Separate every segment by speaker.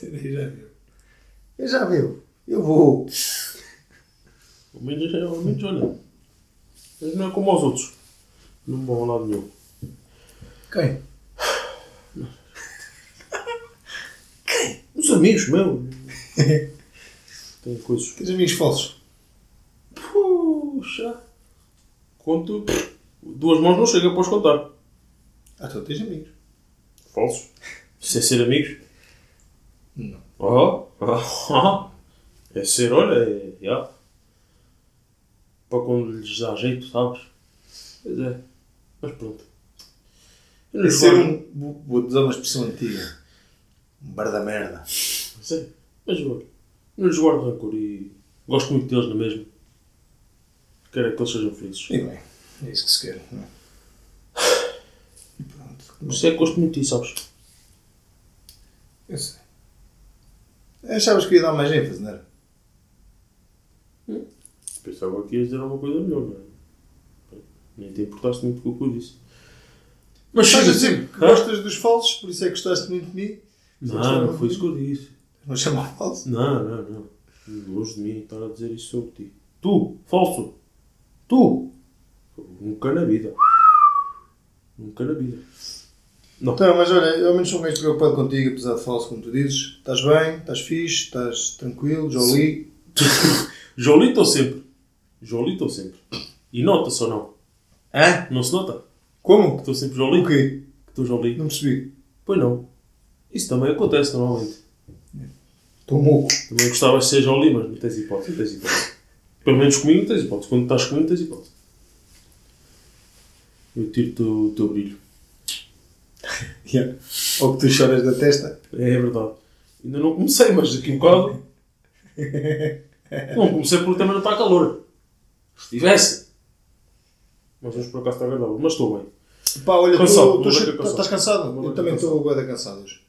Speaker 1: Peraí, já viu.
Speaker 2: Eu já viu. Eu vou.
Speaker 3: O Mendes realmente, olha. Mas não é como os outros. Não vão a lado nenhum.
Speaker 1: Quem?
Speaker 3: Os amigos, meu. Tem coisas.
Speaker 2: Tens amigos falsos.
Speaker 3: Puxa. Conto. Duas mãos não chega, podes contar.
Speaker 2: Ah, tu tens amigos.
Speaker 3: Falsos. Sem ser amigos.
Speaker 2: Não.
Speaker 3: Oh, oh, oh. É ser, olha, é, já. Para quando lhes dá jeito, sabes? Pois é. Mas pronto. Eu não
Speaker 2: É
Speaker 3: lhes
Speaker 2: ser
Speaker 3: guardo-
Speaker 2: um. vou- Vou usar uma expressão antiga. Um bar da merda.
Speaker 3: Sei. é, Mas olha, não lhes guardo rancor e gosto muito deles, não é mesmo? Quero é que eles sejam felizes.
Speaker 2: E bem, é isso que se quer. não é? E pronto.
Speaker 3: Por isso é que gosto muito de ti, sabes?
Speaker 2: Eu sei. Achavas que ia dar mais ênfase, não era?
Speaker 3: Pensava que ias dizer alguma coisa melhor, não é? Nem te importaste muito com o que eu disse. Mas
Speaker 2: Estás a dizer assim, que
Speaker 3: Hã?
Speaker 2: gostas dos falsos, por isso é que gostaste muito de mim.
Speaker 3: Não, não foi isso que eu disse.
Speaker 2: Não chamar falso.
Speaker 3: Não, não, não. Longe de mim estar a dizer isso sobre ti. Tu, falso! Tu! Nunca na vida. Nunca na vida.
Speaker 2: Então, mas olha, eu ao menos sou um gajo preocupado contigo, apesar de falso, como tu dizes. Estás bem, estás fixe, estás tranquilo, Jolie.
Speaker 3: Jolie estou sempre. Jolie estou sempre. E nota-se ou não?
Speaker 2: Hã?
Speaker 3: Não se nota? Que
Speaker 2: Como?
Speaker 3: Estou sempre
Speaker 2: O
Speaker 3: Jolie?
Speaker 2: quê?
Speaker 3: Que estou Jolie?
Speaker 2: Não percebi.
Speaker 3: Pois não. Isso também acontece normalmente.
Speaker 2: Estou moco.
Speaker 3: Também gostavas de ser Jolie, mas não tens hipótese. Não tens hipótese. Pelo menos comigo não tens hipótese. Quando estás comigo não tens hipótese. Eu tiro-te o teu brilho.
Speaker 2: Yeah. Ou que tu choras da testa.
Speaker 3: É verdade. Ainda não comecei, mas daqui a um bocado. não comecei porque também não está calor. Se tivesse. Mas hoje por acaso está agradável. Mas estou bem.
Speaker 2: Pá, olha, tu-
Speaker 3: Cansado,
Speaker 2: tu
Speaker 3: uma
Speaker 2: che-
Speaker 3: beca cansado.
Speaker 2: estás cansado?
Speaker 3: Uma
Speaker 2: eu
Speaker 3: beca
Speaker 2: também estou bué cansado hoje.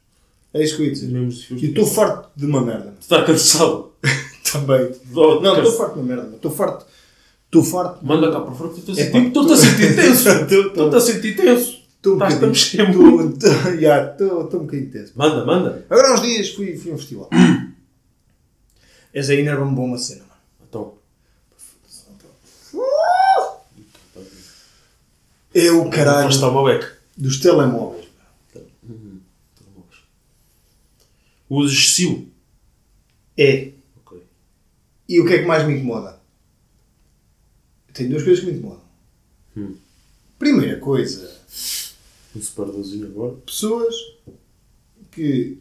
Speaker 2: É isso que eu ia dizer.
Speaker 3: Mesmo se fosse-
Speaker 2: E estou farto de uma merda.
Speaker 3: Está cansado.
Speaker 2: Também.
Speaker 3: Dó-
Speaker 2: Não,
Speaker 3: cansa-
Speaker 2: estou farto de uma merda. Estou farto. Estou farto.
Speaker 3: Manda cá para fora que estou a
Speaker 2: É pá.
Speaker 3: sentir- estou-te a sentir tenso.
Speaker 2: Estou- estou-
Speaker 3: Estou-te a sentir tenso.
Speaker 2: Estou um
Speaker 3: Estás-
Speaker 2: bocadinho.
Speaker 3: Estamos sempre muito.
Speaker 2: Estou- Estou yeah, estou- estou um bocadinho tenso.
Speaker 3: Manda, manda.
Speaker 2: Agora há uns dias fui, fui a um festival. Essa aí nerva-me bom uma cena, mano.
Speaker 3: Então.
Speaker 2: É o caralho
Speaker 3: Foste uma beca.
Speaker 2: dos telemóveis. pá.
Speaker 3: Uso excessivo.
Speaker 2: É.
Speaker 3: Ok.
Speaker 2: E o que é que mais me incomoda? Tenho duas coisas que me incomodam.
Speaker 3: Hum.
Speaker 2: Primeira coisa,
Speaker 3: Um superdozinho agora.
Speaker 2: pessoas que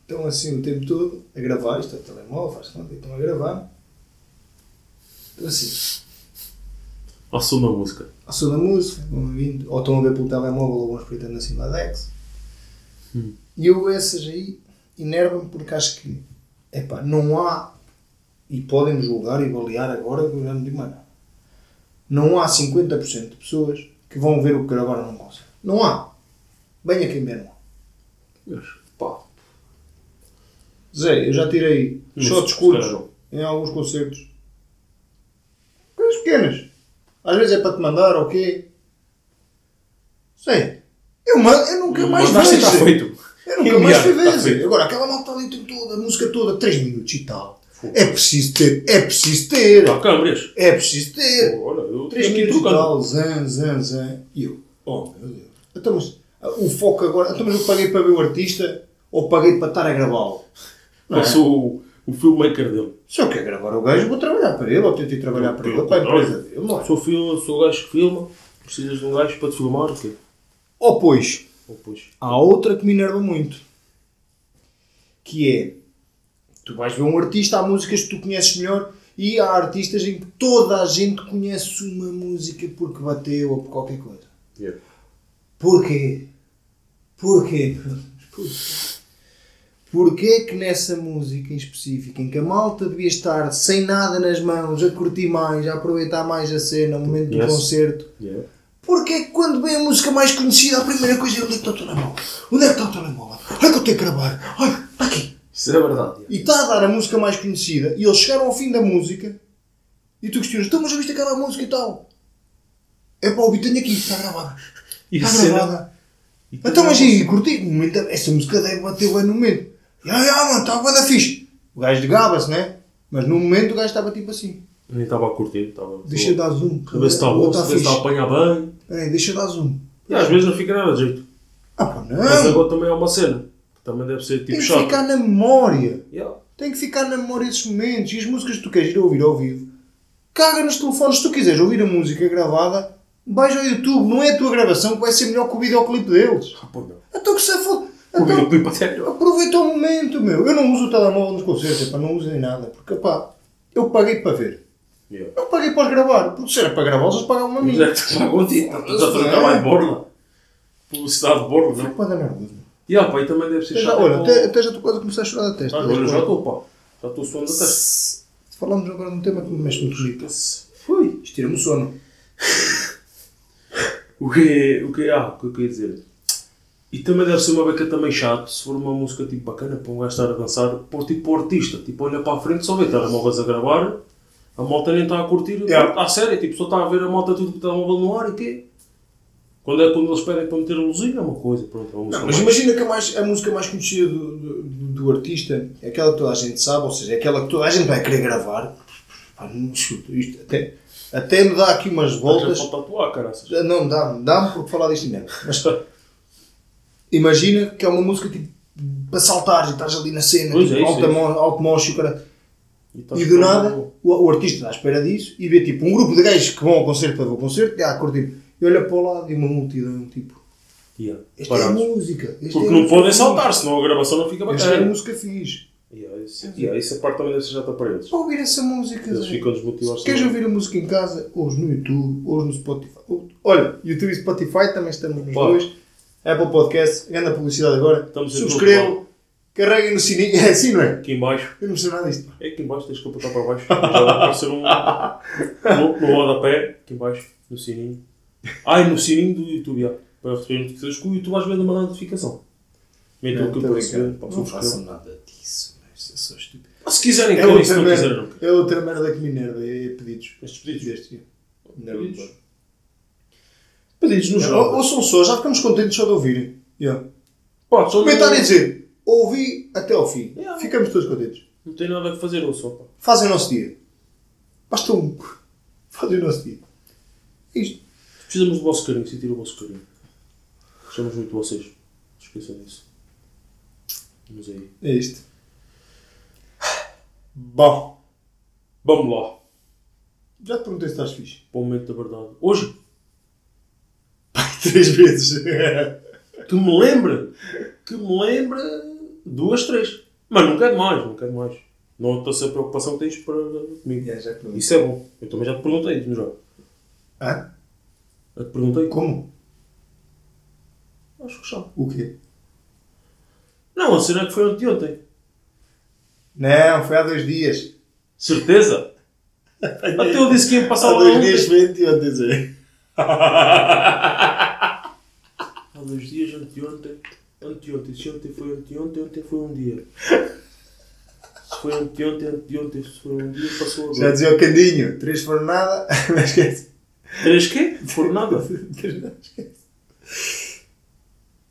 Speaker 2: estão assim o tempo todo a gravar, isto é telemóvel, faz conta, e estão a gravar. Estão assim,
Speaker 3: Ao som da música.
Speaker 2: ao som da música, vão ouvindo, ou estão a ver pelo telemóvel ou vão espreitando assim na Dex. E eu essas aí enervam-me porque acho que, epá, não há, e podem-me julgar e balear agora, que eu já não digo mais nada. Não há 50% de pessoas que vão ver o que gravaram num concerto. Não há. Venha quem vier, não há.
Speaker 3: Mas, pá.
Speaker 2: Zé, eu já tirei
Speaker 3: Hum,
Speaker 2: shots
Speaker 3: se
Speaker 2: curtos
Speaker 3: calhar
Speaker 2: em alguns concertos. Coisas pequenas. Às vezes é para te mandar ou quê. Sei. Eu, mando, eu nunca é mais
Speaker 3: Mas
Speaker 2: vi.
Speaker 3: está
Speaker 2: Zé.
Speaker 3: feito.
Speaker 2: Eu nunca mais fui
Speaker 3: Enviado,
Speaker 2: ver. Zé.
Speaker 3: está tá feito.
Speaker 2: Agora, aquela malta ali tem toda, a música toda, 3 minutos e tal.
Speaker 3: Fogo.
Speaker 2: É preciso ter, é preciso ter.
Speaker 3: Há câmeras.
Speaker 2: É preciso ter.
Speaker 3: Olha, eu
Speaker 2: 3
Speaker 3: aqui
Speaker 2: minutos e
Speaker 3: trocando.
Speaker 2: tal, zan, zan, zan. E eu, oh meu Deus. Então, mas ah, o foco agora. Então, mas eu paguei para ver o artista ou paguei para estar a gravá-lo? Não é?
Speaker 3: Eu sou o, o filmmaker dele.
Speaker 2: Se eu quero gravar o gajo, vou trabalhar para ele, ou tentei trabalhar para ele, ou para a empresa dele, não é?
Speaker 3: Sou, filme, sou o gajo que filma. Precisas de um gajo para te filmar o quê?
Speaker 2: Ou pois,
Speaker 3: Ou pois.
Speaker 2: há outra que me enerva muito, que é, tu vais ver um artista, há músicas que tu conheces melhor, e há artistas em que toda a gente conhece uma música porque bateu ou por qualquer coisa.
Speaker 3: Yeah.
Speaker 2: Porquê? Porquê? Porquê que nessa música em específico, em que a malta devia estar sem nada nas mãos, a curtir mais, a aproveitar mais a cena, o momento do
Speaker 3: Yes.
Speaker 2: concerto,
Speaker 3: Yeah.
Speaker 2: Porque é que quando vem a música mais conhecida, a primeira coisa é onde é que está o telemóvel? Onde é que está o telemóvel? Ai que eu tenho que gravar! Ai, está aqui!
Speaker 3: Isso é verdade. já.
Speaker 2: E está a dar a música mais conhecida e eles chegaram ao fim da música e tu questionas, então mas já viste aquela música e tal? É pá, ouvi, tenho aqui, está gravada.
Speaker 3: E a
Speaker 2: Está
Speaker 3: cena-
Speaker 2: gravada.
Speaker 3: e tu-
Speaker 2: é Então mas aí, curti, no momento, essa música deve bater bem no momento. Ya, ya, mano, está bué da fixe. O gajo degaba-se, né? Mas no momento o gajo estava tipo assim.
Speaker 3: Nem estava a curtir. Estava...
Speaker 2: Deixa eu dar zoom.
Speaker 3: A ver se está bom,
Speaker 2: Ou tá
Speaker 3: a ver se está a
Speaker 2: fixe.
Speaker 3: apanhar bem.
Speaker 2: Peraí, deixa eu dar zoom.
Speaker 3: E às vezes não fica nada de jeito.
Speaker 2: Ah pá,
Speaker 3: Mas
Speaker 2: não.
Speaker 3: agora também é uma cena. Que também deve ser
Speaker 2: Tem
Speaker 3: tipo
Speaker 2: que
Speaker 3: chato.
Speaker 2: ficar na memória.
Speaker 3: Yeah.
Speaker 2: Tem que ficar na memória esses momentos. E as músicas que tu queres ir ouvir ao vivo, caga nos telefones. Se tu quiseres ouvir a música gravada, vais ao YouTube. Não é a tua gravação que vai ser melhor que o videoclipe deles.
Speaker 3: Ah, pô, não.
Speaker 2: Então que se foda.
Speaker 3: O
Speaker 2: Então,
Speaker 3: videoclipe até é melhor.
Speaker 2: aproveita o momento, meu. Eu não uso o telemóvel nos concertos, epá, não uso em nada. Porque, pá, eu paguei para ver.
Speaker 3: Yeah.
Speaker 2: Eu paguei para os gravar. Porque se era para gravar, eles pagavam a mim.
Speaker 3: Mas é que tu paga um dia. Estás a
Speaker 2: É.
Speaker 3: trocar lá em Borla. Publicidade de Borla, não é?
Speaker 2: Pá, dá nervoso. meu.
Speaker 3: E ah, pá, e também deve ser
Speaker 2: Até já-
Speaker 3: chato.
Speaker 2: Olha,
Speaker 3: com-
Speaker 2: até, até já tu quase começaste a chorar da testa.
Speaker 3: Ah, olha, já estou, pá. Já estou suando a testa.
Speaker 2: Se- Falamos agora de um tema que me mexe muito rico.
Speaker 3: Fui.
Speaker 2: Isto tira-me o sono.
Speaker 3: O que, o que, ah, o que é que eu ia dizer? E também deve ser uma beca também chato se for uma música tipo bacana para um gajo estar a dançar, pôr tipo o artista, tipo olha para a frente, só vê telemóveis a gravar, a malta nem está a curtir,
Speaker 2: Yeah.
Speaker 3: à sério, tipo só está a ver a malta tudo que está a no ar e quê? Quando é quando eles pedem para meter a luzinha é uma coisa, pronto, é uma música.
Speaker 2: Não, mas
Speaker 3: mais-
Speaker 2: imagina que a, mais- a música mais conhecida do, do- do artista é aquela que toda a gente sabe, ou seja, é aquela que toda a gente vai querer gravar. Pá, não escuto isto. Até, até me dá aqui umas voltas.
Speaker 3: Falta tatuar, caraças.
Speaker 2: Não, dá-me, dá-me porque falar disto mesmo. Mas imagina que é uma música tipo para saltar e estás ali na cena,
Speaker 3: Pois
Speaker 2: tipo,
Speaker 3: é, isso,
Speaker 2: alta
Speaker 3: é
Speaker 2: mo- alto mocho, cara.
Speaker 3: tá
Speaker 2: E do
Speaker 3: ficando
Speaker 2: nada,
Speaker 3: bom.
Speaker 2: o, o artista está à espera disso e vê tipo um grupo de gajos que vão ao concerto para ver o concerto, já a curtir. E olha para o lado e uma multidão, tipo,
Speaker 3: Yeah,
Speaker 2: esta é a
Speaker 3: parados.
Speaker 2: música. esta é
Speaker 3: Porque
Speaker 2: a
Speaker 3: não
Speaker 2: música
Speaker 3: podem
Speaker 2: fixe,
Speaker 3: saltar, senão a gravação não fica
Speaker 2: Esta é a
Speaker 3: bacana.
Speaker 2: música fixe.
Speaker 3: Yeah, isso, yeah, isso a parte também deve ser chata para eles.
Speaker 2: Para ouvir essa música,
Speaker 3: Eles
Speaker 2: Zé.
Speaker 3: ficam assim. desmotivados.
Speaker 2: se é. queres
Speaker 3: também.
Speaker 2: ouvir a música em casa, hoje no YouTube, hoje no Spotify. Ou- Olha, YouTube e Spotify também estamos nos
Speaker 3: Pá.
Speaker 2: dois. Apple Podcast, grande publicidade agora.
Speaker 3: Estamos em todo
Speaker 2: Subscrevam, carreguem no sininho. É assim, não é?
Speaker 3: Aqui em baixo.
Speaker 2: Eu não sei nada disto.
Speaker 3: É aqui embaixo, tens que apontar para baixo. Já vai aparecer um. no, no rodapé, aqui embaixo, no sininho. Ai, no sininho do YouTube, já. Para receber notificações, que o YouTube às vezes manda notificação. Mete o que eu
Speaker 2: tô
Speaker 3: perceber.
Speaker 2: brincando. Então,
Speaker 3: pá,
Speaker 2: assim, Não
Speaker 3: subscrevam.
Speaker 2: façam nada disso, mas isso é só estúpido.
Speaker 3: Ah, Se quiserem,
Speaker 2: É
Speaker 3: querem, se
Speaker 2: outra,
Speaker 3: não quiserem, não
Speaker 2: merda,
Speaker 3: querem.
Speaker 2: é outra merda que me enerva, é pedidos.
Speaker 3: Estes pedidos.
Speaker 2: Deste, é.
Speaker 3: Pedidos. É Pedidos no
Speaker 2: Não,
Speaker 3: geral.
Speaker 2: Ouçam só, já ficamos contentes só de ouvirem. Yeah.
Speaker 3: Pá, só não,
Speaker 2: Comentarem e é dizer, ouvi até ao fim.
Speaker 3: Yeah.
Speaker 2: Ficamos todos contentes.
Speaker 3: não tem nada a fazer, ou só. Pá.
Speaker 2: Fazem o nosso dia. Basta um. Fazem o nosso dia. Isto.
Speaker 3: Precisamos do vosso carinho, sentir o vosso carinho. Gostamos muito de vocês. Não Esqueçam disso. Vamos aí.
Speaker 2: É isto. Bom.
Speaker 3: Vamos lá.
Speaker 2: Já te perguntei se estás fixe.
Speaker 3: Para o momento da verdade. Hoje,
Speaker 2: Três vezes.
Speaker 3: que me lembra, que me lembra duas, três. Mas é não quero mais, não quero mais. Não estou sem a preocupação que tens para comigo.
Speaker 2: Já, já perguntei.
Speaker 3: Isso é bom. Eu também já te perguntei, não já?
Speaker 2: Hã?
Speaker 3: Já te perguntei?
Speaker 2: Como?
Speaker 3: Acho que já.
Speaker 2: O quê?
Speaker 3: Não, a cena é que foi anteontem.
Speaker 2: Não, foi há dois dias.
Speaker 3: Certeza? Até eu disse que ia passar
Speaker 2: Há
Speaker 3: lá um
Speaker 2: dois
Speaker 3: ontem.
Speaker 2: dias vinte e ontem dizer.
Speaker 3: Há dois dias, anteontem. Anteontem. Se ontem foi anteontem, ontem foi um dia. Se foi anteontem, anteontem. Se foi um dia, passou
Speaker 2: Já
Speaker 3: agora.
Speaker 2: dizia o Candinho, três foram nada, mas esquece.
Speaker 3: Três quê? Por nada.
Speaker 2: Três não esquece.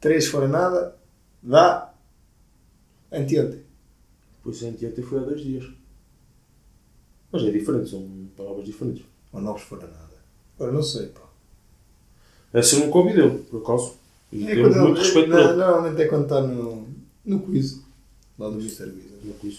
Speaker 2: Três foram nada, dá anteontem.
Speaker 3: Pois anteontem foi há dois dias. Mas é diferente, são palavras diferentes.
Speaker 2: Ou nove foram nada. Agora não sei, pá.
Speaker 3: Essa eu nunca ouvi um dele, por acaso. E
Speaker 2: É
Speaker 3: temos
Speaker 2: quando-
Speaker 3: muito respeito por
Speaker 2: na-
Speaker 3: ele.
Speaker 2: Normalmente é quando está no, no quiz. Lá do Mr. Quiz.
Speaker 3: Uma coisa.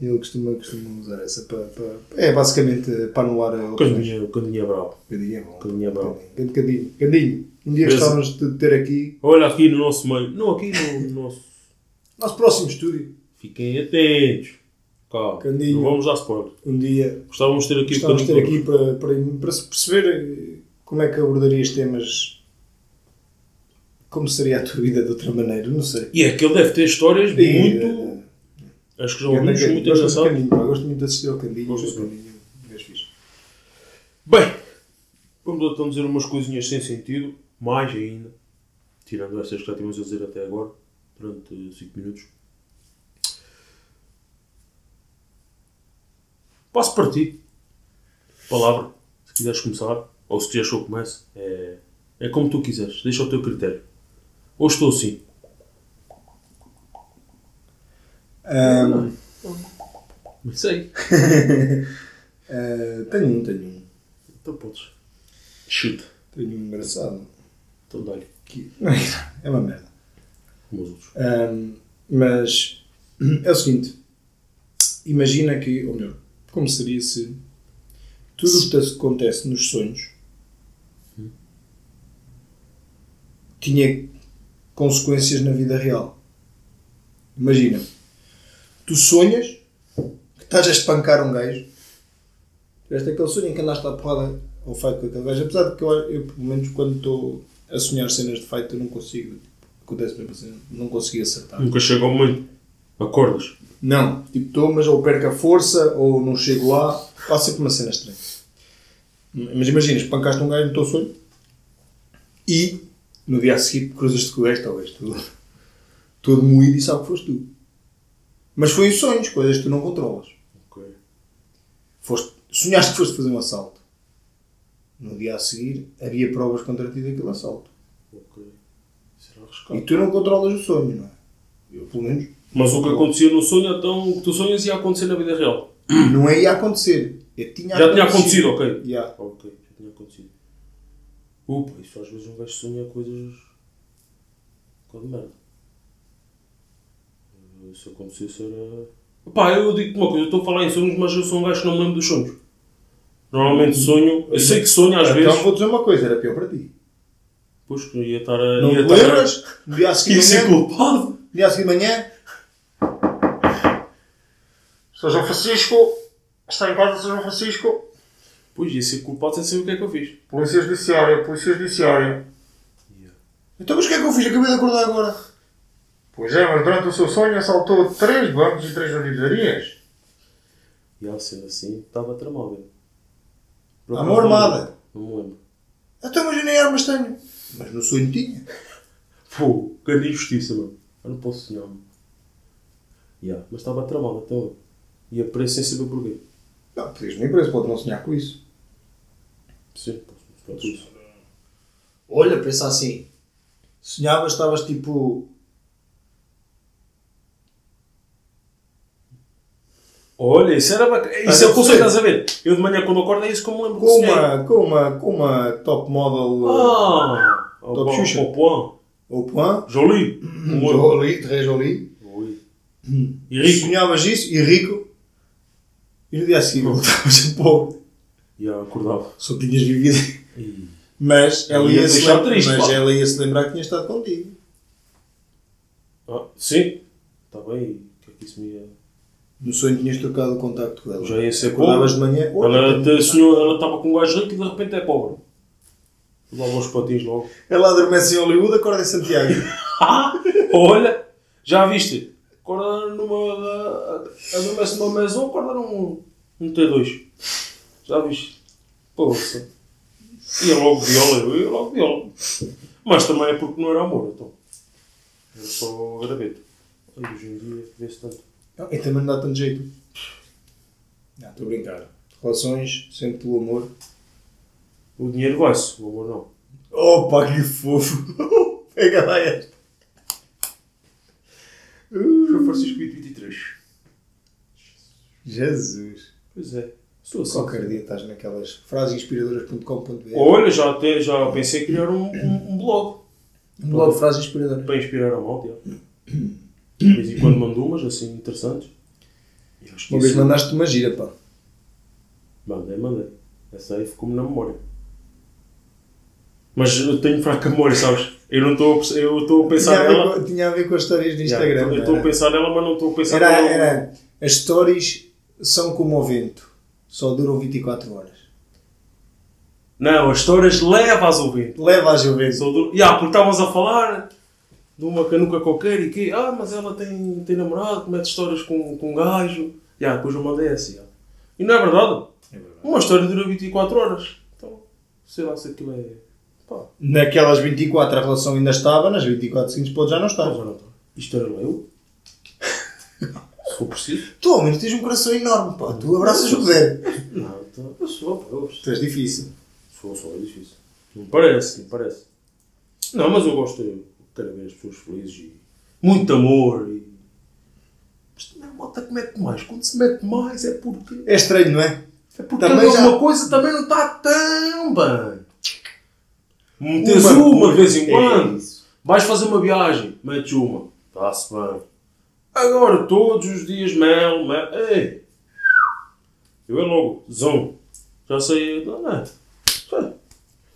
Speaker 2: Ele costuma, costuma usar essa para, para- É basicamente para anular a
Speaker 3: O Candinho, o Candinho é bravo.
Speaker 2: Candinho é bom.
Speaker 3: Candinho é bravo.
Speaker 2: Candinho. Candinho. Candinho. Um dia
Speaker 3: Beleza.
Speaker 2: gostávamos de te ter aqui.
Speaker 3: Olha aqui no nosso meio. Não, aqui no nosso.
Speaker 2: Nosso próximo estúdio.
Speaker 3: Fiquem atentos. Calma.
Speaker 2: Candinho.
Speaker 3: Não vamos dar spoiler.
Speaker 2: Um dia
Speaker 3: Gostávamos de ter aqui
Speaker 2: Gostávamos
Speaker 3: o
Speaker 2: de ter
Speaker 3: Candinho.
Speaker 2: aqui para, para, para se perceber eh, como é que abordarias temas. Como seria a tua vida de outra maneira, não sei.
Speaker 3: E é que ele deve ter histórias muito.
Speaker 2: E, eh,
Speaker 3: Acho que já
Speaker 2: eu não
Speaker 3: ouvimos
Speaker 2: quero-
Speaker 3: muito
Speaker 2: gosto do
Speaker 3: engraçadas.
Speaker 2: Candinho, pá, Gosto muito de assistir ao Candinho.
Speaker 3: Gosto
Speaker 2: ao
Speaker 3: do
Speaker 2: Candinho, um gajo fixe.
Speaker 3: Bem, vamos então dizer umas coisinhas sem sentido, mais ainda, tirando estas que já tínhamos a dizer até agora, durante 5 minutos. Passo para ti. Palavra, se quiseres começar, ou se quiseres que eu comece, é, é como tu quiseres, deixa o teu critério. Hoje estou assim.
Speaker 2: Ahm,
Speaker 3: Não sei.
Speaker 2: ah, tenho um, tenho um.
Speaker 3: Então podes. Chuta.
Speaker 2: Tenho um engraçado.
Speaker 3: Então dá-lhe.
Speaker 2: Que... não é engraçado, É uma merda. Ah,
Speaker 3: Como os outros.
Speaker 2: Ahm, mas é o seguinte: imagina que, ou melhor, como seria se tudo o que te acontece nos sonhos tinha consequências na vida real. Imagina, tu sonhas que estás a espancar um gajo, tiveste aquele sonho em que andaste à porrada ao fight com aquele gajo, apesar de que eu, eu, pelo menos, quando estou a sonhar cenas de fight, eu não consigo, tipo, acontece mesmo assim, não consegui acertar.
Speaker 3: Nunca chega ao momento. Acordas.
Speaker 2: Não, tipo, estou, mas ou perco a força, ou não chego lá, faço sempre uma cena estranha. Mas imagina, espancaste um gajo no teu sonho e no dia a seguir cruzas-te com o gajo, talvez todo, todo moído e sabe que foste tu. Mas foi os sonhos, coisas que tu não controlas.
Speaker 3: Ok.
Speaker 2: Foste, sonhaste que foste fazer um assalto. No dia a seguir havia provas contra ti daquele assalto.
Speaker 3: Ok. Será arriscado.
Speaker 2: E tu não controlas o sonho, não é? Eu, pelo menos,
Speaker 3: Mas o que acontecia no sonho, então o que tu sonhas ia acontecer na vida real.
Speaker 2: não é ia acontecer. É, tinha
Speaker 3: Já tinha acontecido, ok.
Speaker 2: Yeah.
Speaker 3: Ok, já tinha acontecido. Upa, isso às vezes um gajo sonha coisas. coisa de merda. Eh, Se acontecesse era. Pá, eu digo uma coisa, eu estou a falar em sonhos, mas eu sou um gajo que não me lembro dos sonhos. Normalmente sonho, eu sei que sonho às
Speaker 2: Então
Speaker 3: vezes.
Speaker 2: vou dizer uma coisa, era pior para ti.
Speaker 3: Pois que ia estar a.
Speaker 2: Não te
Speaker 3: ia estar a-
Speaker 2: lembras? No dia a seguir
Speaker 3: Ia ser
Speaker 2: de manhã?
Speaker 3: culpado.
Speaker 2: No dia a seguir de manhã? Sou João Francisco. Está em casa, Sou João Francisco.
Speaker 3: Pois ia ser culpado sem saber o que é que eu fiz.
Speaker 2: Polícia Judiciária, Polícia Judiciária.
Speaker 3: Yeah.
Speaker 2: Então, mas o que é que eu fiz? Acabei de acordar agora. Pois é, mas durante o seu sonho assaltou três bancos e três livrarias.
Speaker 3: E ao sendo assim, estava tramado.
Speaker 2: À mão armada.
Speaker 3: Não me lembro.
Speaker 2: Então, mas eu nem armas tenho. Mas no sonho tinha.
Speaker 3: Pô, grande injustiça, mano. Eu não posso sonhar, mano. Yeah, mas estava tramado, então. Ia preso sem saber porquê.
Speaker 2: Não, podias nem preso, pode não sonhar com isso.
Speaker 3: Sim, posso mostrar tudo isso.
Speaker 2: Olha, pensa assim. Sonhavas, estavas tipo.
Speaker 3: Olha, isso era bacana. Isso é o conceito, estás a ver? Eu de manhã quando acordo é isso que eu me lembro que
Speaker 2: Com
Speaker 3: sonhei.
Speaker 2: uma, com uma, com uma top model eh,
Speaker 3: Ah! Ao
Speaker 2: Top
Speaker 3: pão,
Speaker 2: Xuxa.
Speaker 3: ao pão.
Speaker 2: ou point,
Speaker 3: Jolie. Um olho.
Speaker 2: Jolie, Teresa Jolie,
Speaker 3: Jolie. E rico.
Speaker 2: sonhavas isso e rico, e no dia a seguir voltavas a pôr,
Speaker 3: Yeah, acordava.
Speaker 2: só tinhas vivido.
Speaker 3: E...
Speaker 2: Mas ela
Speaker 3: Ia
Speaker 2: ia, se
Speaker 3: deixar
Speaker 2: lem-
Speaker 3: triste,
Speaker 2: mas
Speaker 3: pá.
Speaker 2: ela ia se lembrar que tinha estado contigo.
Speaker 3: Ah, sim. Está bem. O que é que isso me ia...
Speaker 2: No sonho tinhas trocado o contacto com ela.
Speaker 3: Já ia ser
Speaker 2: Acordavas de
Speaker 3: pobre.
Speaker 2: manhã, olha,
Speaker 3: Ela
Speaker 2: tem-
Speaker 3: até sonhou, ela estava com um gajo rico e de repente é pobre. Logo aos patins logo.
Speaker 2: ela adormece em Hollywood, acorda em Santiago.
Speaker 3: Ah, Olha, já viste? Acorda numa. Adormece numa um, maison, acorda num, num T2. um Já viste? Poxa. Ia logo viola, eu ia logo viola. Mas também é porque não era amor, então. Era só graveto. Ai, Hoje em dia vê-se tanto.
Speaker 2: Não, E também não dá tanto jeito. Não, estou a brincar. Relações, sempre pelo amor.
Speaker 3: O dinheiro vai-se, o amor não.
Speaker 2: Opa, que fofo! Pega lá esta.
Speaker 3: João Francisco 823.
Speaker 2: Jesus.
Speaker 3: Pois é. Sou assim.
Speaker 2: Qualquer dia estás naquelas frasesinspiradoras.com.br.
Speaker 3: Olha, já, até, já pensei em criar um, um, um blog.
Speaker 2: Um blog de frases inspiradoras.
Speaker 3: para inspirar a malta. já. De vez em quando mando umas assim interessantes. E acho que
Speaker 2: Uma vez
Speaker 3: isso.
Speaker 2: mandaste uma gira, pá.
Speaker 3: Mandei, mandei. Essa aí ficou-me na memória. Mas eu tenho fraca memória, sabes? Eu não estou a perce- eu estou a
Speaker 2: Tinha
Speaker 3: pensar
Speaker 2: a, ver
Speaker 3: nela.
Speaker 2: com, tinha a ver com as histórias do
Speaker 3: Já,
Speaker 2: Instagram.
Speaker 3: eu
Speaker 2: não
Speaker 3: estou a
Speaker 2: era?
Speaker 3: pensar nela, mas não estou a pensar
Speaker 2: Era, um-
Speaker 3: nela.
Speaker 2: era, as stories são como o vento. Só duram 24 horas.
Speaker 3: Não, as histórias leva-as ao vento.
Speaker 2: Leva à juventude.
Speaker 3: Sou do... Ya, porque estávamos a falar de uma canuca qualquer e que, ah, mas ela tem, tem namorado, mete histórias com, com um gajo. Ya, depois eu mandei essa. ya. E não é verdade? Uma história dura 24 horas. Então, sei lá se aquilo é. Pá,
Speaker 2: Naquelas 24 a relação
Speaker 3: então,
Speaker 2: ainda estava, nas 24 seguintes pode já não estar.
Speaker 3: não, já não está. Isto era eu? Se for preciso.
Speaker 2: Tu, ao menos, tens um coração enorme, pá. Tu abraças o que der.
Speaker 3: Não, então, eu sou, pá, eu
Speaker 2: Tu és difícil.
Speaker 3: sou, sou, é difícil. Não parece, não parece. Não, mas eu gosto, eu quero ver as pessoas felizes e muito amor e... Mas também a malta é que mete mais, quando se mete mais é porque...
Speaker 2: É estranho, não é?
Speaker 3: É porque
Speaker 2: Também
Speaker 3: também
Speaker 2: já-
Speaker 3: alguma coisa também não está tão bem. Metes
Speaker 2: Uma coisa.
Speaker 3: uma, de vez em
Speaker 2: É
Speaker 3: quando. Vais fazer uma viagem, metes uma. Está-se bem. Agora todos os dias mel, mel. Ei! Eu é logo, zão. Já sei. Não, não é. É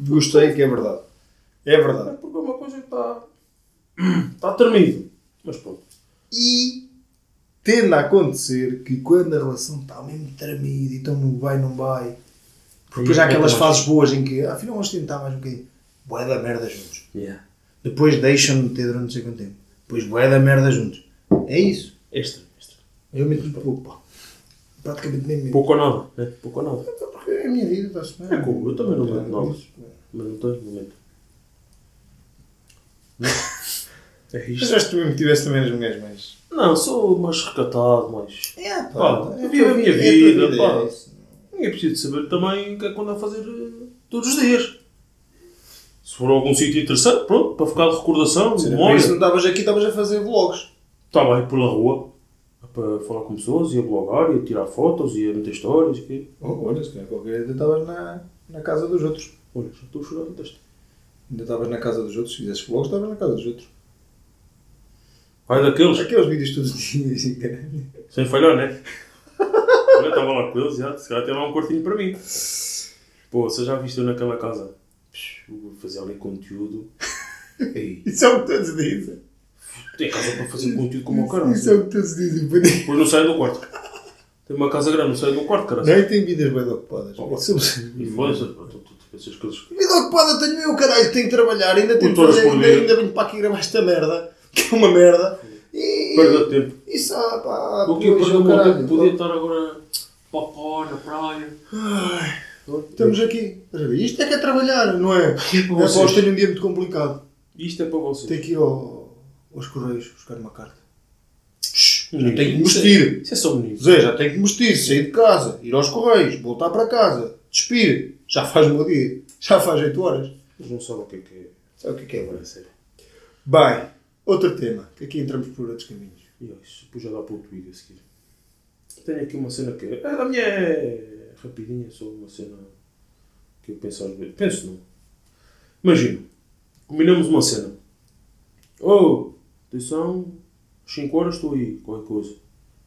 Speaker 2: Gostei que é verdade. É verdade.
Speaker 3: porque é uma coisa que está. Está tremido. Mas pronto.
Speaker 2: E tende a acontecer que quando a relação está mesmo tramida e estão no vai, não vai. Porque
Speaker 3: Aí
Speaker 2: já há
Speaker 3: mete
Speaker 2: aquelas
Speaker 3: mais.
Speaker 2: fases boas em que afinal vamos tentar mais um bocadinho. Boé da merda juntos. Depois deixam-me ter durante não sei quanto tempo. Depois boé da merda juntos. É isso.
Speaker 3: Extra, extra.
Speaker 2: Eu meto pouco, pá. Praticamente nem mesmo.
Speaker 3: Pouco ou nada, né? Pouco ou nada.
Speaker 2: Porque é a minha vida, está-se bem.
Speaker 3: É como, eu também não meto nada. Mas não tenho, não meto. É isto.
Speaker 2: Mas acho que tu mesmo tivesse também as mulheres mais.
Speaker 3: Não, sou mais recatado, mais.
Speaker 2: É,
Speaker 3: Pá,
Speaker 2: é a
Speaker 3: vive
Speaker 2: tua
Speaker 3: a minha
Speaker 2: é a tua
Speaker 3: vida, pá.
Speaker 2: é isso.
Speaker 3: Ninguém precisa de saber também o que é que anda a fazer eh, todos os dias. Se for a algum sítio interessante, pronto, para ficar de recordação, de
Speaker 2: Por
Speaker 3: memória.
Speaker 2: é isso não estavas aqui, estavas a fazer vlogs.
Speaker 3: Estava aí pela rua é para falar com pessoas, ia blogar, ia tirar fotos, ia meter histórias. E...
Speaker 2: Oh, olha, se calhar qualquer dia estavas na, na casa dos outros.
Speaker 3: Olha, já estou a chorar deste.
Speaker 2: Ainda estavas na casa dos outros, se fizesse vlogs, estavas na casa dos outros.
Speaker 3: Vai daqueles,
Speaker 2: Aqueles vídeos todos os dias e caralho.
Speaker 3: sem falhar, né? Olha, estava lá com eles, já, se calhar tem lá um quartinho para mim. Pô, você já viste eu naquela casa? Psh, Vou fazer ali conteúdo. Ei,
Speaker 2: Isso é o que todos dizem.
Speaker 3: tem casa para fazer conteúdo como o caralho.
Speaker 2: Isso é o que todos dizem. pá.
Speaker 3: Depois não sai do quarto. Tem uma casa grande, não sai do quarto, cara.
Speaker 2: Não, e tem vidas bem ocupadas.
Speaker 3: Oh.
Speaker 2: Isso é-
Speaker 3: E foda-se, pá, tu- tu- tu pensas que eles-
Speaker 2: Vida ocupada tenho eu, caralho, tenho que trabalhar, ainda tenho que
Speaker 3: Oito horas
Speaker 2: fazer,
Speaker 3: por
Speaker 2: ainda,
Speaker 3: dia.
Speaker 2: ainda venho para aqui gravar esta merda, que é uma merda. E,
Speaker 3: Perda de tempo.
Speaker 2: Isso, ah, pá,
Speaker 3: O que eu
Speaker 2: pois,
Speaker 3: perdi
Speaker 2: oh,
Speaker 3: é o meu
Speaker 2: caralho,
Speaker 3: tempo? Podia estar agora popó na praia.
Speaker 2: Estamos aqui. Estás a ver? Isto é que é trabalhar, não é?
Speaker 3: E é para
Speaker 2: É só
Speaker 3: vocês?
Speaker 2: hoje tenho um dia muito complicado.
Speaker 3: Isto é para vocês.
Speaker 2: Tenho que ir ao- aos Correios buscar uma carta.
Speaker 3: Menino,
Speaker 2: tenho que
Speaker 3: isso é-
Speaker 2: vestir.
Speaker 3: Isso é só menino.
Speaker 2: Zé, já tenho que me vestir, sair de casa, ir aos Correios, voltar para casa, despir. Já faz meu dia. Já faz 8 horas.
Speaker 3: Eles não sabem o que é que
Speaker 2: Sabe o que é que é
Speaker 3: é.
Speaker 2: agora?
Speaker 3: Agora é sério.
Speaker 2: Bem, outro tema, que aqui entramos por outros caminhos.
Speaker 3: E ó, isso depois já dá para outro vídeo a seguir. Tenho aqui uma cena que é. A minha é rapidinha, só uma cena que eu penso às vezes. Penso não. Imagina, combinamos uma cena. Oh, atenção, às 5 horas estou aí, qualquer coisa.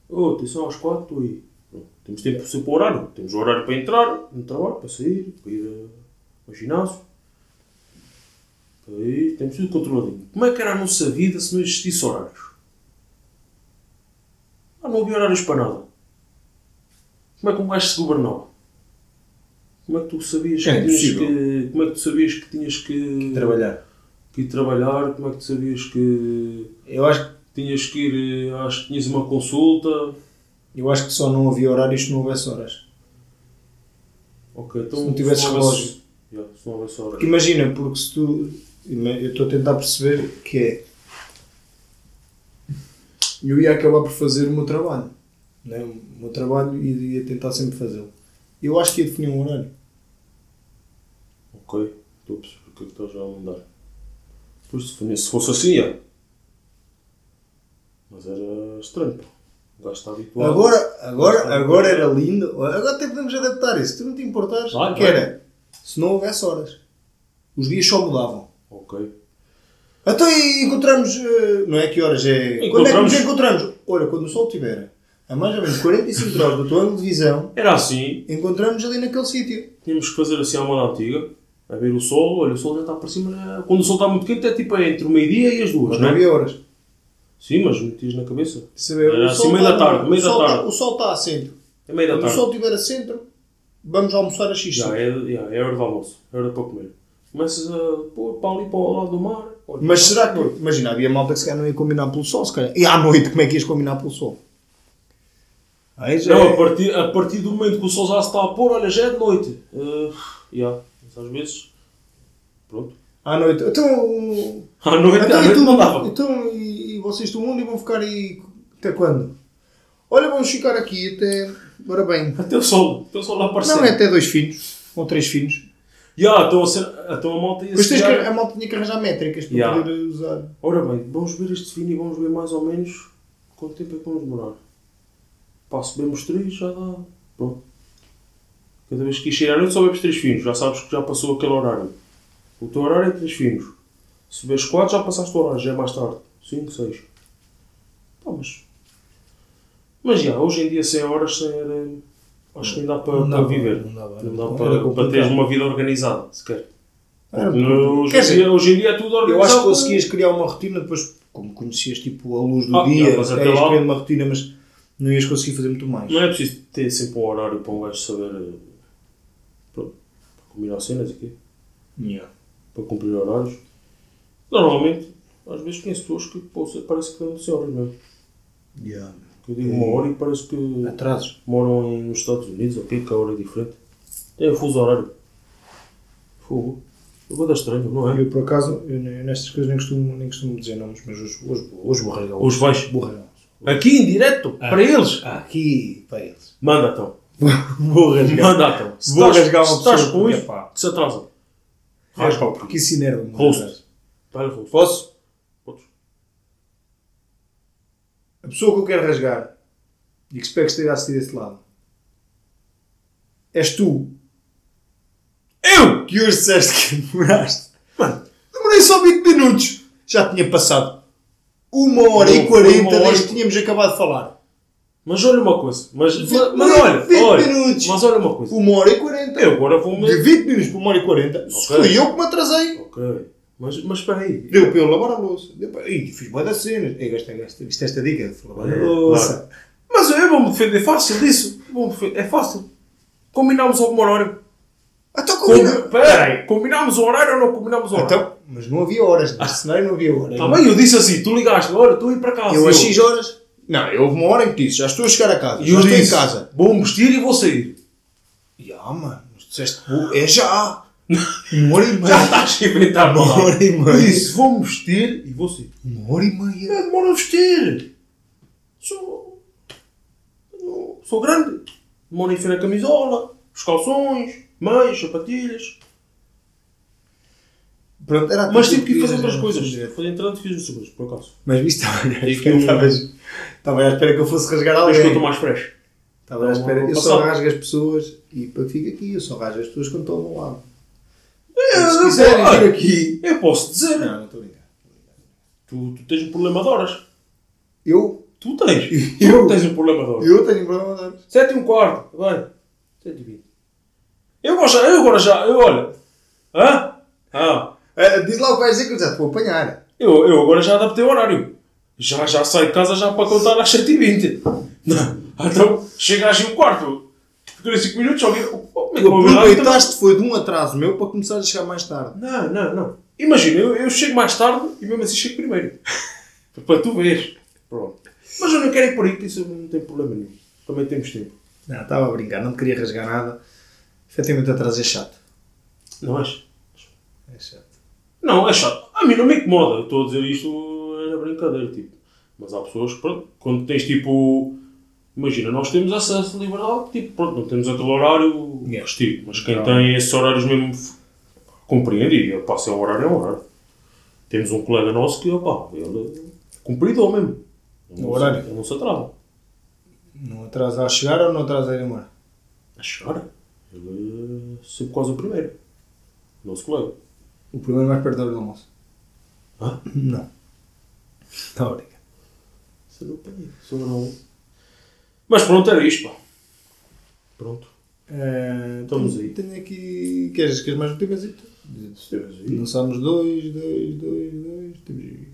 Speaker 3: Oh, atenção, às 4 estou aí. Pronto, temos tempo para o seu horário. Temos o horário para entrar no trabalho, para sair, para ir eh, ao ginásio. Para ir, temos tudo controladinho. Como é que era a nossa vida se não existisse horários? Ah, não havia horários para nada. Como é que um gajo se governava? Como é que tu sabias
Speaker 2: É
Speaker 3: que tinhas
Speaker 2: impossível.
Speaker 3: que. Como é que tu sabias que tinhas que.
Speaker 2: Trabalhar.
Speaker 3: que ir trabalhar? Como é que tu sabias que.
Speaker 2: Eu acho,
Speaker 3: tinhas que ir. eh, acho que tinhas uma consulta?
Speaker 2: eu acho que só não havia horários se não houvesse horas.
Speaker 3: Ok, então.
Speaker 2: Se não tivesse
Speaker 3: houvesse-
Speaker 2: relógio.
Speaker 3: Yeah, se não houvesse
Speaker 2: Porque
Speaker 3: horário.
Speaker 2: imagina, porque se tu. ima- Eu estou a tentar perceber que é. Eu ia acabar por fazer o meu trabalho. Né? O meu trabalho e ia tentar sempre fazê-lo. Eu acho que ia definir um horário.
Speaker 3: Ok, estou a perceber o que é que estás a mandar. Pois se fosse- se fosse assim, yeah. Mas era estranho, pá. O gajo está habituado.
Speaker 2: Agora, agora, agora era lindo. Agora até podemos adaptar isso. Se tu não te importares,
Speaker 3: Vai,
Speaker 2: que
Speaker 3: vai.
Speaker 2: era se não houvesse horas. Os dias só mudavam.
Speaker 3: Ok.
Speaker 2: Então e encontramos. eh, Não é que horas é. Quando é que nos
Speaker 3: Encontramos.
Speaker 2: encontramos? Olha, quando o sol estiver a mais ou menos 45 graus do teu ângulo de visão,
Speaker 3: Era assim,
Speaker 2: encontramos ali naquele sítio.
Speaker 3: tínhamos que fazer assim à moda antiga. A ver o sol, olha, o sol já está para cima. já- Quando o sol está muito quente é tipo entre o meio-dia e as duas,
Speaker 2: Mas
Speaker 3: não
Speaker 2: não
Speaker 3: é?
Speaker 2: havia horas.
Speaker 3: Sim, mas metias na cabeça.
Speaker 2: Saber,
Speaker 3: Era
Speaker 2: o sol
Speaker 3: assim, meio
Speaker 2: tá-
Speaker 3: da tarde, meio
Speaker 2: o sol
Speaker 3: da
Speaker 2: tá-
Speaker 3: tarde.
Speaker 2: o sol está a centro.
Speaker 3: É meio da
Speaker 2: Quando o
Speaker 3: tarde.
Speaker 2: sol estiver a centro, vamos almoçar a X.
Speaker 3: Já é, já é hora do almoço, é hora para comer. Começas a pôr para ali para o lado do mar. olha,
Speaker 2: Mas
Speaker 3: tá
Speaker 2: será que.
Speaker 3: bom.
Speaker 2: Imagina, havia malta que se calhar não ia combinar pelo sol, se calhar. E à noite, como é que ias combinar pelo sol? Aí já.
Speaker 3: Não,
Speaker 2: é-
Speaker 3: a partir, a partir do momento que o sol já se está a pôr, olha, já é de noite. Ah, já, mas às vezes. Pronto.
Speaker 2: À noite. Então.
Speaker 3: À noite, à
Speaker 2: Então, e,
Speaker 3: noite
Speaker 2: tu-
Speaker 3: não dava.
Speaker 2: então e, e vocês do mundo e vão ficar aí até quando? Olha, vamos ficar aqui até. Ora bem.
Speaker 3: Até o sol, até o sol lá aparecer.
Speaker 2: Não é até dois filhos, ou três filhos.
Speaker 3: Ya, então, a ser, então a malta ia
Speaker 2: Mas
Speaker 3: se
Speaker 2: tens que,
Speaker 3: calhar-
Speaker 2: a malta tinha que arranjar métricas para
Speaker 3: Yeah.
Speaker 2: poder usar.
Speaker 3: Ora bem, vamos ver este fino e vamos ver mais ou menos quanto tempo é que vamos demorar. Pá, se bebemos três, já dá. Pronto. Cada vez que cheirar à noite, só bebes três finos. Já sabes que já passou aquele horário. O teu horário é três finos. Se bebes quatro, já passaste o horário, já é mais tarde. Cinco, seis. Pá, mas. Mas já, hoje em dia, 100 horas, 100 era. Acho que não dá para,
Speaker 1: Não dá
Speaker 3: para
Speaker 1: para-
Speaker 3: viver.
Speaker 1: não dá para-
Speaker 3: não
Speaker 1: era
Speaker 3: dá para, para
Speaker 1: complicado.
Speaker 3: teres uma vida organizada, sequer.
Speaker 2: Era
Speaker 3: No- Hoje,
Speaker 2: Quer
Speaker 3: em
Speaker 2: dizer,
Speaker 3: dia- hoje em dia é tudo organizado.
Speaker 2: Eu acho que conseguias criar uma rotina depois, como conhecias tipo a luz do
Speaker 3: Ah,
Speaker 2: dia,
Speaker 3: não, mas até
Speaker 2: até ias
Speaker 3: lá-
Speaker 2: criando uma rotina, mas não ias conseguir fazer muito mais.
Speaker 3: Não é preciso ter sempre um horário para um gajo saber. eh, Pronto, para combinar cenas e quê?
Speaker 2: Yeah.
Speaker 3: Para cumprir horários. Normalmente, às vezes conheço pessoas que poxa, parece que dão 12 horas mesmo.
Speaker 2: Yeah.
Speaker 3: é? Que eu digo
Speaker 2: Hum.
Speaker 3: uma hora e parece que
Speaker 2: Atrasos.
Speaker 3: moram em- nos Estados Unidos ou quê, que a hora é diferente. É fuso horário. Fogo. Eu vou dar estranho, não é?
Speaker 2: Eu por acaso, eu, ne- nestas coisas nem costumo, nem costumo dizer nomes, mas hoje, hoje, hoje borregão.
Speaker 3: Os vais.
Speaker 2: borregão.
Speaker 3: Aqui em direto, para eles.
Speaker 2: Ah. Aqui, para eles.
Speaker 3: Manda então.
Speaker 2: Borregão.
Speaker 3: Manda então. Se
Speaker 2: Vou
Speaker 3: estás,
Speaker 2: rasgar uma
Speaker 3: se estás
Speaker 2: pessoa
Speaker 3: com
Speaker 2: porque,
Speaker 3: isso,
Speaker 2: pá.
Speaker 3: se atrasa. Rasga o
Speaker 2: Raspa,
Speaker 3: porque.
Speaker 2: porque isso enerva-me.
Speaker 3: Rosto. Dá-lhe rosto.
Speaker 2: Posso?
Speaker 3: Podes.
Speaker 2: A pessoa que eu quero rasgar e que espero que esteja a assistir desse lado és tu
Speaker 3: Eu!
Speaker 2: que hoje disseste que demoraste. Mano, demorei só 20 minutos. Já tinha passado uma hora
Speaker 3: Não,
Speaker 2: e 40
Speaker 3: uma hora
Speaker 2: desde
Speaker 3: e-
Speaker 2: que tínhamos acabado de falar.
Speaker 3: Mas olha uma coisa, mas, mas,
Speaker 2: Vinte-
Speaker 3: mas
Speaker 2: vinte
Speaker 3: olha, olha,
Speaker 2: minutos.
Speaker 3: mas olha uma coisa.
Speaker 2: Uma hora e 40.
Speaker 3: Eu agora vou
Speaker 2: De
Speaker 3: me.
Speaker 2: 20 minutos para uma hora e 40. Se
Speaker 3: Ok.
Speaker 2: Fui eu que me atrasei.
Speaker 3: Ok, mas, mas espera aí.
Speaker 2: Deu para eu lavar a louça. Deu para... Ih, fiz boa das cenas. Ei, gastei, gastei. Viste esta dica? de Lavar a
Speaker 3: É,
Speaker 2: louça.
Speaker 3: Mas eu vou-me defender é fácil disso. Vou-me defen- É fácil. Combinámos algum horário.
Speaker 2: Então
Speaker 3: Com...
Speaker 2: combina.
Speaker 3: Peraí, combinámos o horário ou não combinámos o horário?
Speaker 2: Então, mas não havia horas, neste cenário não havia horas.
Speaker 3: Tá bem, eu disse assim, tu ligaste, olha, estou a ir para casa.
Speaker 2: Então, eu às X horas. Não, eu houve uma hora em que disse, já estou a chegar a casa,
Speaker 3: e
Speaker 2: já
Speaker 3: eu
Speaker 2: estou
Speaker 3: disse,
Speaker 2: em casa.
Speaker 3: vou-me vestir e vou sair.
Speaker 2: E ah, mano, mas disseste, "Pô, é já! Uma hora e
Speaker 3: Já
Speaker 2: meia.
Speaker 3: estás a inventar
Speaker 2: Uma
Speaker 3: mal.
Speaker 2: hora e meia.
Speaker 3: Eu Disse, vou-me vestir e vou sair.
Speaker 2: Uma hora e meia.
Speaker 3: Eu demoro a vestir. Sou. eu Sou grande. Demoro a enfiar a camisola, os calções, meias, sapatilhas.
Speaker 2: Pronto, era
Speaker 3: Mas
Speaker 2: tudo
Speaker 3: tive que ir fazer
Speaker 2: querias,
Speaker 3: outras
Speaker 2: era
Speaker 3: coisas.
Speaker 2: tudo.
Speaker 3: Fazer entrante e é, fiz outras coisas, por acaso.
Speaker 2: Mas viste,
Speaker 3: Tive que-
Speaker 2: estavas estava à espera que eu fosse rasgar
Speaker 3: Mas que eu
Speaker 2: alguém.
Speaker 3: estou mais fresh.
Speaker 2: Estava à espera, eu
Speaker 3: Passado.
Speaker 2: só rasgo as pessoas e para fica aqui, eu só rasgo as pessoas quando estão ao meu lado.
Speaker 3: É, eu
Speaker 2: Se
Speaker 3: não
Speaker 2: quiserem
Speaker 3: posso.
Speaker 2: vir aqui.
Speaker 3: Eu posso dizer.
Speaker 2: Não, não estou a brincar.
Speaker 3: Tu, tu tens um problema de horas.
Speaker 2: Eu,
Speaker 3: Tu tens.
Speaker 2: Eu?
Speaker 3: Tu tens um problema de horas.
Speaker 2: eu tenho problema de horas.
Speaker 3: Sete e um quarto. Vai. Sete e vinte. Eu gosto. Eu agora já. Eu olho. Hã? Ah.
Speaker 2: Ah, diz lá o que vais dizer que eu já te vou apanhar.
Speaker 3: Eu, eu agora já adaptei o horário. Já, já saio de casa já para contar às 7h20. Então, chega às 1 quarto. Fiquei 5 minutos, alguém. Oh, oh,
Speaker 2: Tu
Speaker 3: meu horário também-
Speaker 2: aproveitaste foi de um atraso meu para começar a chegar mais tarde.
Speaker 3: Não, não, não. Imagina, eu, eu chego mais tarde e mesmo assim chego primeiro. para tu vês. Pronto. Mas eu não quero ir por aí, que isso não tem problema nenhum. Também temos tempo.
Speaker 2: Não, estava a brincar, não te queria rasgar nada. Efetivamente atraso é chato.
Speaker 3: Não achas?
Speaker 2: É chato.
Speaker 3: Não, é chato. A mim não me incomoda. Eu estou a dizer isto é na brincadeira, tipo. Mas há pessoas que, pronto, quando tens tipo. Imagina, nós temos acesso à liberdade, tipo, pronto, não temos aquele horário
Speaker 2: Yeah.
Speaker 3: restrito. Mas quem
Speaker 2: Claro.
Speaker 3: tem esses horários mesmo f- compreende e, opá, se é um horário, é um horário. Temos um colega nosso que, opá, ele é cumpridor mesmo. Ele não
Speaker 2: No horário?
Speaker 3: se- Ele não se atrasa.
Speaker 2: Não atrasa a chegar ou não atrasa a ir embora?
Speaker 3: A chegar, ele é sempre quase o primeiro. Nosso colega.
Speaker 2: O primeiro mais perto da hora do almoço.
Speaker 3: Hã?
Speaker 2: Não. Estava a brincar.
Speaker 3: Isso eu não apanhei, só não. Mas pronto, era isto, pá. Pronto.
Speaker 2: Eh,
Speaker 3: Estamos
Speaker 2: tenho-
Speaker 3: então, aí.
Speaker 2: Tenho aqui. Queres, queres mais um tipo, notícias? Lançámos dois, dois, dois, dois. Temos aí.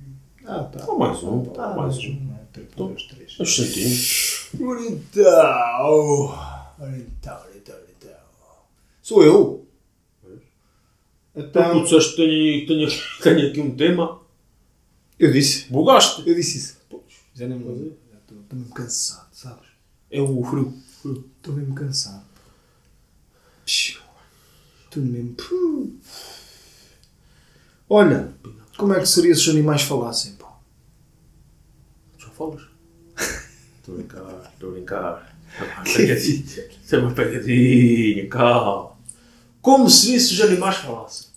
Speaker 2: Ah, tá.
Speaker 3: Só mais um, pá,
Speaker 2: Tá,
Speaker 3: mais um.
Speaker 2: não é? Três, dois, três.
Speaker 3: Os centímetros.
Speaker 2: Ora então, ora então, ora então, ora então. Sou eu?
Speaker 3: Tu
Speaker 2: Então,
Speaker 3: disseste que tenho, tenho, aqui- tenho aqui um tema. Tipo,
Speaker 2: eu disse. é.
Speaker 3: Bugaste.
Speaker 2: Eu disse isso.
Speaker 3: Pois,
Speaker 2: Já nem me lembro. Já Estou estou mesmo cansado, sabes?
Speaker 3: É o frio. frio.
Speaker 2: Estou mesmo cansado. Piu. Estou mesmo. Piu. Olha, como é que seria se os animais falassem? Pá?
Speaker 3: Já falas? Estou a brincar, estou a brincar. Ah, Isso é uma pegadinha, calma. Como se isso os animais falassem.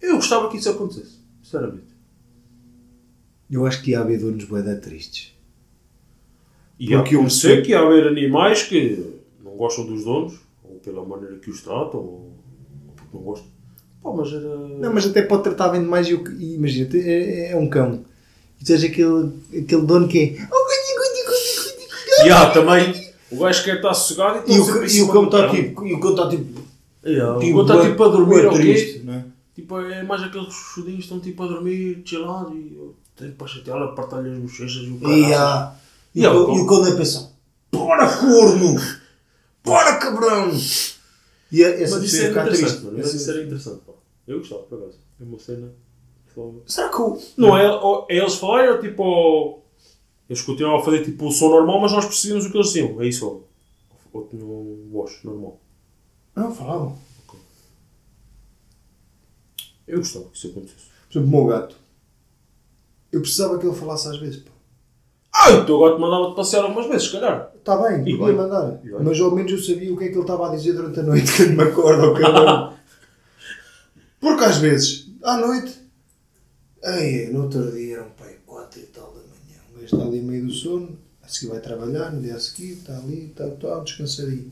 Speaker 3: Eu gostava que isso acontecesse, sinceramente.
Speaker 2: Eu acho que ia haver donos boeda tristes.
Speaker 3: E há
Speaker 2: Porque
Speaker 3: que
Speaker 2: eu
Speaker 3: eu sei
Speaker 2: sei-
Speaker 3: que há haver animais que não gostam dos donos, ou pela maneira que os tratam, ou ou porque não gostam. Pá, mas eh, era.
Speaker 2: Não, mas até pode tratar bem demais e, o que- e imagina, te- é, é um cão. E tu és aquele, aquele dono que é. "Oh, gudi, gudi, gudi, gudi, gudi."
Speaker 3: E há também. O gajo quer estar sossegado e
Speaker 2: E o,
Speaker 3: está sempre
Speaker 2: cão-
Speaker 3: em
Speaker 2: e
Speaker 3: cima
Speaker 2: o cão
Speaker 3: do
Speaker 2: está
Speaker 3: cão.
Speaker 2: tipo. E o cão tá está tipo.
Speaker 3: E há, O cão está
Speaker 2: bué-
Speaker 3: tipo a dormir,
Speaker 2: bué
Speaker 3: ou
Speaker 2: triste,
Speaker 3: quê?
Speaker 2: não é?
Speaker 3: Tipo, é mais aqueles chudinhos estão tipo a dormir, chilados e eu tenho para chatear, apertar-lhe as bochechas e o caralho.
Speaker 2: E, ah, e,
Speaker 3: E
Speaker 2: o,
Speaker 3: o
Speaker 2: cão-
Speaker 3: cão?
Speaker 2: e o cão deve pensar: Bora, corno! Bora, cabrão! E é- essa
Speaker 3: Mas isso
Speaker 2: pessoa ia
Speaker 3: era
Speaker 2: ficar
Speaker 3: interessante,
Speaker 2: triste. é-
Speaker 3: mano. Mas
Speaker 2: Essa-
Speaker 3: isso era interessante, pá. Eu gostava, por acaso. É uma cena. só-
Speaker 2: Será que o.
Speaker 3: Não, é, ou- é eles falarem ou tipo. ou- Eles continuavam a fazer tipo o som normal, mas nós percebíamos o que eles diziam. É isso, ou, ou tinham um voz normal.
Speaker 2: Não, falavam.
Speaker 3: Eu gostava que isso acontecesse.
Speaker 2: Por exemplo, o meu gato. Eu precisava que ele falasse às vezes, pá.
Speaker 3: Ah, o teu gato mandava-te passear algumas vezes, se calhar.
Speaker 2: Está Tá bem,
Speaker 3: E
Speaker 2: podia
Speaker 3: bem.
Speaker 2: mandar.
Speaker 3: E bem.
Speaker 2: Mas ao menos eu sabia o que é que ele estava a dizer durante a noite quando me acorda o cabrão. Porque às vezes, à noite. Ai, é, no outro dia eram pai 4 e tal da manhã. O gajo está ali meio do sono, a seguir vai trabalhar, no dia a seguir, está ali, está um tal, descansadinho.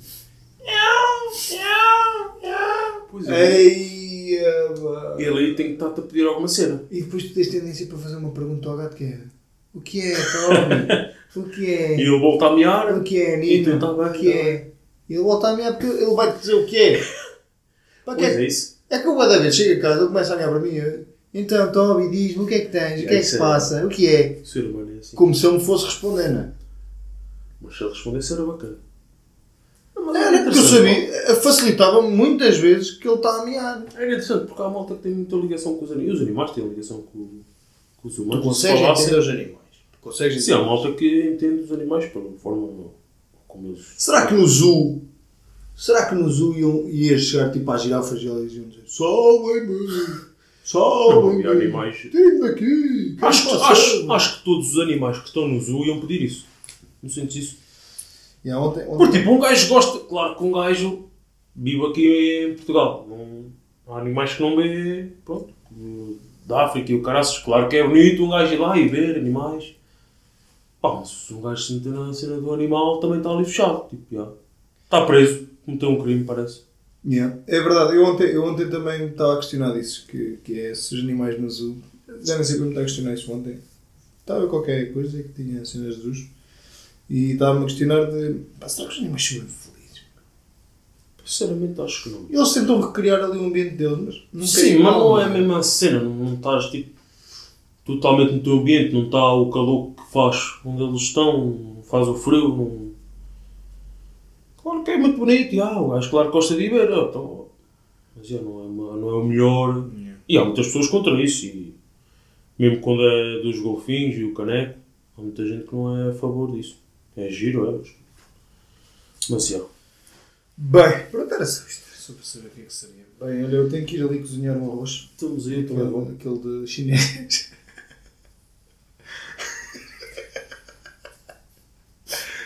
Speaker 3: Pois é.
Speaker 2: Ei, aba.
Speaker 3: Ele aí tem que estar-te a pedir alguma cena.
Speaker 2: E depois tu tens tendência para fazer uma pergunta ao gato que é O que é, Tommy? O que é?
Speaker 3: E ele volta a mear.
Speaker 2: O que é,
Speaker 3: E tu
Speaker 2: Nina?
Speaker 3: tá bem,
Speaker 2: o que
Speaker 3: tá
Speaker 2: é? Ele volta a meia porque ele vai te dizer o que é. Para que
Speaker 3: Pois
Speaker 2: é,
Speaker 3: é isso.
Speaker 2: é que eu vou da vez, chego a casa, ele começa a olhar para mim. eu, Então, Toby, diz-me o que é que tens, o que é que
Speaker 3: Isso
Speaker 2: se
Speaker 3: é-
Speaker 2: passa, o que é?
Speaker 3: O ser humano é assim.
Speaker 2: Como se eu me fosse responder, não é?
Speaker 3: Mas se ele respondesse era bacana. Não, mas é
Speaker 2: Era porque eu
Speaker 3: interessante,
Speaker 2: sabia, eh, facilitava-me muitas vezes que ele está a mear.
Speaker 3: pá. Era interessante, porque há malta que tem muita ligação com os animais. E os animais têm ligação com, com os humanos.
Speaker 2: Tu
Speaker 3: Se
Speaker 2: consegues
Speaker 3: falassem-
Speaker 2: entender os animais. Tu consegues
Speaker 3: Sim, é há
Speaker 2: entender.
Speaker 3: malta que entende os animais pela forma como eles.
Speaker 2: Será que no zoo, será que no zoo iam, ias chegar tipo às girafas e elas iam dizer Salvem-me,
Speaker 3: Não, e
Speaker 2: salvem-me,
Speaker 3: animais-
Speaker 2: tirem-me daqui. que
Speaker 3: Acho,
Speaker 2: eu
Speaker 3: que-
Speaker 2: faço?"
Speaker 3: acho, acho que todos os animais que estão no zoo iam pedir isso. Não sentes isso?
Speaker 2: Yeah, ontem, ontem-
Speaker 3: Porque, tipo, um gajo gosta. Claro que um gajo vive aqui em Portugal. Não, há animais que não vê. Pronto. de- Da África e o caraças. Claro que é bonito um gajo ir lá e ver animais. Pá, mas se um gajo se meter na cena do animal, também está ali fechado. Tipo, já. Está preso. Cometeu um crime, parece.
Speaker 2: Yeah, É verdade, eu ontem, eu ontem também estava a questionar isso, que, que é se os animais no zoo. Já nem sei como está a questionar isso ontem. Estava qualquer coisa que tinha cenas de zoos e estava-me a questionar de pá, será que os animais são felizes?
Speaker 3: Sinceramente, acho que não.
Speaker 2: Eles tentam recriar ali o ambiente deles, mas nunca
Speaker 3: Sim, mas
Speaker 2: igual,
Speaker 3: não é a
Speaker 2: é?
Speaker 3: mesma cena, não, não estás tipo totalmente no teu ambiente, não está o calor que faz onde eles estão, não faz o frio. Não... Claro que é muito bonito, e, ah, o gajo claro que gosta de ir ver, ah, então, mas já não, é, uma- não é o melhor. E há muitas pessoas contra isso, e mesmo quando é dos golfinhos e o caneco, há muita gente que não é a favor disso. É giro, é, mas- mas já.
Speaker 2: Bem, pronto, era só isto, só para saber o que é que seria. Bem, olha, eu tenho que ir ali cozinhar um arroz,
Speaker 3: Estamos aí, também bom.
Speaker 2: aquele, aquele de chinês.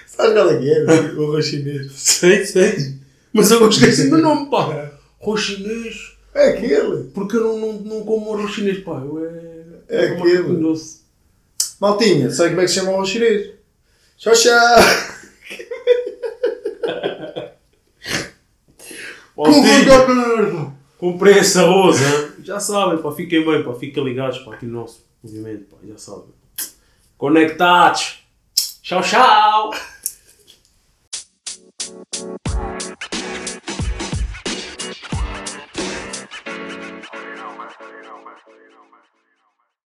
Speaker 2: Sabes qual é que é? O arroz chinês.
Speaker 3: Sei, sei. Mas eu esqueci do nome, pá. Arroz chinês.
Speaker 2: É aquele.
Speaker 3: Porque eu não, não, não como arroz chinês, pá. Eu é.
Speaker 2: É
Speaker 3: como
Speaker 2: aquele.
Speaker 3: arroz doce.
Speaker 2: Maltinha, sabe como é que se chama o arroz chinês? Tchau, tchau.
Speaker 3: Ó, filho,
Speaker 2: merda.
Speaker 3: Comprei esse arroz, hein? Já sabem, pá. Fiquem bem, pá. Fiquem ligados, pá. Aqui no nosso movimento, pá. Já sabem. Conectados. Tchau, tchau.